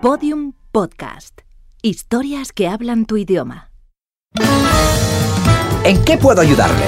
Podium Podcast. Historias que hablan tu idioma. ¿En qué puedo ayudarle?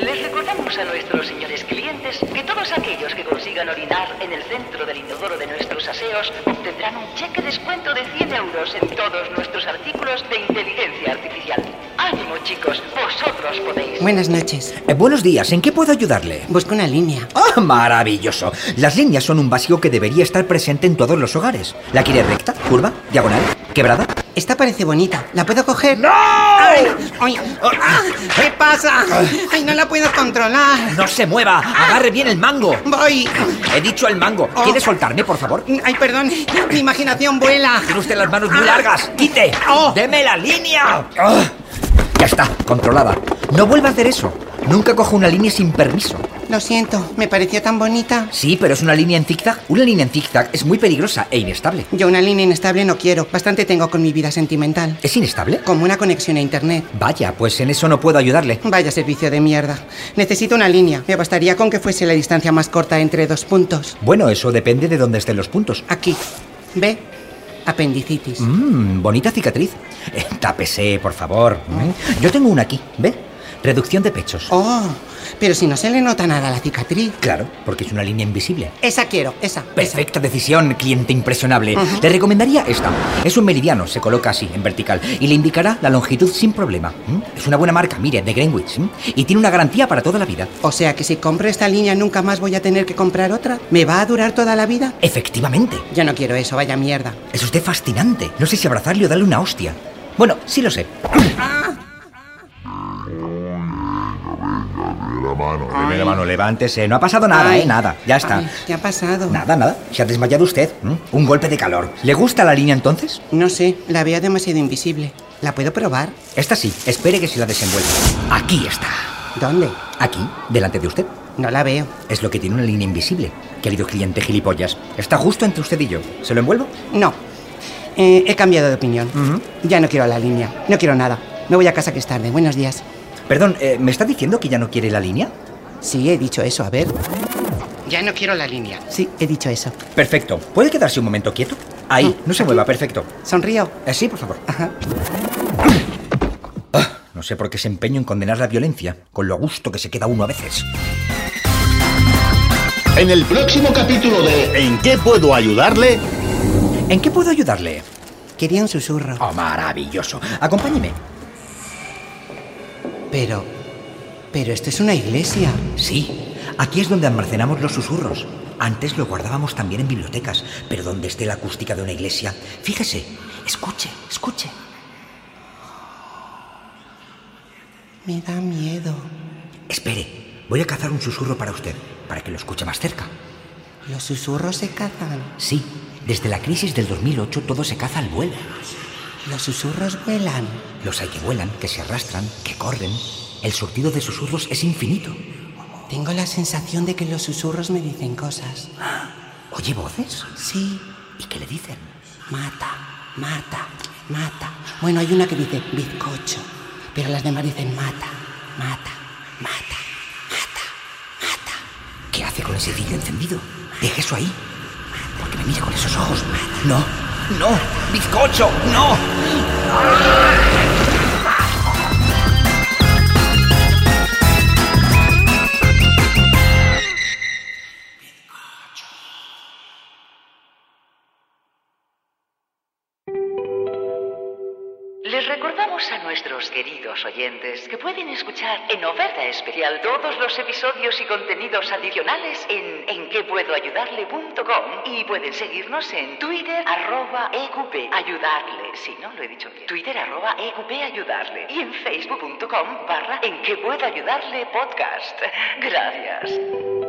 Les recordamos a nuestros señores clientes que todos aquellos que consigan orinar en el centro del inodoro de nuestros aseos obtendrán un cheque descuento de 100 euros en todos nuestros artículos de inteligencia artificial. Ánimo chicos, vosotros podéis. Buenas noches. Eh, buenos días, ¿en qué puedo ayudarle? Busco una línea. ¡Ah, maravilloso! Las líneas son un vacío que debería estar presente en todos los hogares. ¿La quiere recta, curva, diagonal, quebrada? Esta parece bonita. ¿La puedo coger? ¡No! ¡Ay! ¡Ay! ¡Ah! ¿Qué pasa? ¡Ay, no la puedo controlar! ¡No se mueva! ¡Agarre bien el mango! ¡Voy! He dicho el mango. ¿Quiere soltarme, por favor? ¡Ay, perdón! ¡Mi imaginación vuela! Tiene usted las manos muy largas. ¡Quite! Oh. ¡Deme la línea! Ah, Ya está, controlada. No vuelva a hacer eso. Nunca cojo una línea sin permiso. Lo siento, me pareció tan bonita. Sí, pero es una línea en zigzag. Una línea en zigzag es muy peligrosa e inestable. Yo una línea inestable no quiero. Bastante tengo con mi vida sentimental. ¿Es inestable? Como una conexión a internet. Vaya, pues en eso no puedo ayudarle. Vaya servicio de mierda. Necesito una línea. Me bastaría con que fuese la distancia más corta entre dos puntos. Bueno, eso depende de dónde estén los puntos. Aquí. ¿Ve? Apendicitis. Mmm, bonita cicatriz. Eh, tápese, por favor. Mm. Yo tengo una aquí, ¿ve? Reducción de pechos. Oh, pero si no se le nota nada la cicatriz. Claro, porque es una línea invisible. Esa quiero, esa. esa. Perfecta decisión, cliente impresionable. Le recomendaría esta. Es un meridiano, se coloca así, en vertical, y le indicará la longitud sin problema. ¿m? Es una buena marca, mire, de Greenwich, ¿m? y tiene una garantía para toda la vida. O sea que si compro esta línea nunca más voy a tener que comprar otra. ¿Me va a durar toda la vida? Efectivamente. Yo no quiero eso, vaya mierda. Es usted fascinante. No sé si abrazarle o darle una hostia. Bueno, sí lo sé. la mano. Deme la mano, levántese. No ha pasado nada, Ay. ¿eh? Nada. Ya está. Ay, ¿Qué ha pasado? Nada, nada. Se ha desmayado usted. ¿m? Un golpe de calor. ¿Le gusta la línea entonces? No sé, la veo demasiado invisible. ¿La puedo probar? Esta sí. Espere que se la desenvuelva. Aquí está. ¿Dónde? Aquí, delante de usted. No la veo. Es lo que tiene una línea invisible. Querido cliente gilipollas, está justo entre usted y yo. ¿Se lo envuelvo? No. Eh, he cambiado de opinión. Ya no quiero la línea. No quiero nada. Me voy a casa que es tarde. Buenos días. Perdón, eh, ¿me está diciendo que ya no quiere la línea? Sí, he dicho eso. A ver. Ya no quiero la línea. Sí, he dicho eso. Perfecto. ¿Puede quedarse un momento quieto? Ahí, no se mueva, perfecto. Sonrío. Eh, sí, por favor. Ajá. Ah, no sé por qué se empeño en condenar la violencia, con lo a gusto que se queda uno a veces. En el próximo capítulo de ¿En qué puedo ayudarle? ¿En qué puedo ayudarle? Quería un susurro. Oh, maravilloso. Acompáñeme. Pero... Pero esto es una iglesia. Sí, aquí es donde almacenamos los susurros. Antes lo guardábamos también en bibliotecas, pero donde esté la acústica de una iglesia. Fíjese, escuche, escuche. Me da miedo. Espere, voy a cazar un susurro para usted, para que lo escuche más cerca. Los susurros se cazan. Sí, desde la crisis del 2008 todo se caza al vuelo. Los susurros vuelan. Los hay que vuelan, que se arrastran, que corren. El surtido de susurros es infinito. Tengo la sensación de que los susurros me dicen cosas. ¿Oye voces? Sí, ¿Y qué le dicen? mata, mata, mata. Bueno, hay una que dice bizcocho, pero las demás dicen mata, mata, mata, mata, mata. ¿Qué hace con ese cilindro encendido? Deje eso ahí. Porque me mira con esos ojos. No, no, bizcocho, no. Les recordamos a nuestros queridos oyentes que pueden escuchar en oferta especial todos los episodios y contenidos adicionales en enquepuedoayudarle.com y pueden seguirnos en Twitter arroba EQP ayudarle, si no lo he dicho bien, Twitter arroba EQP ayudarle y en facebook.com barra en que puedo ayudarle podcast. Gracias.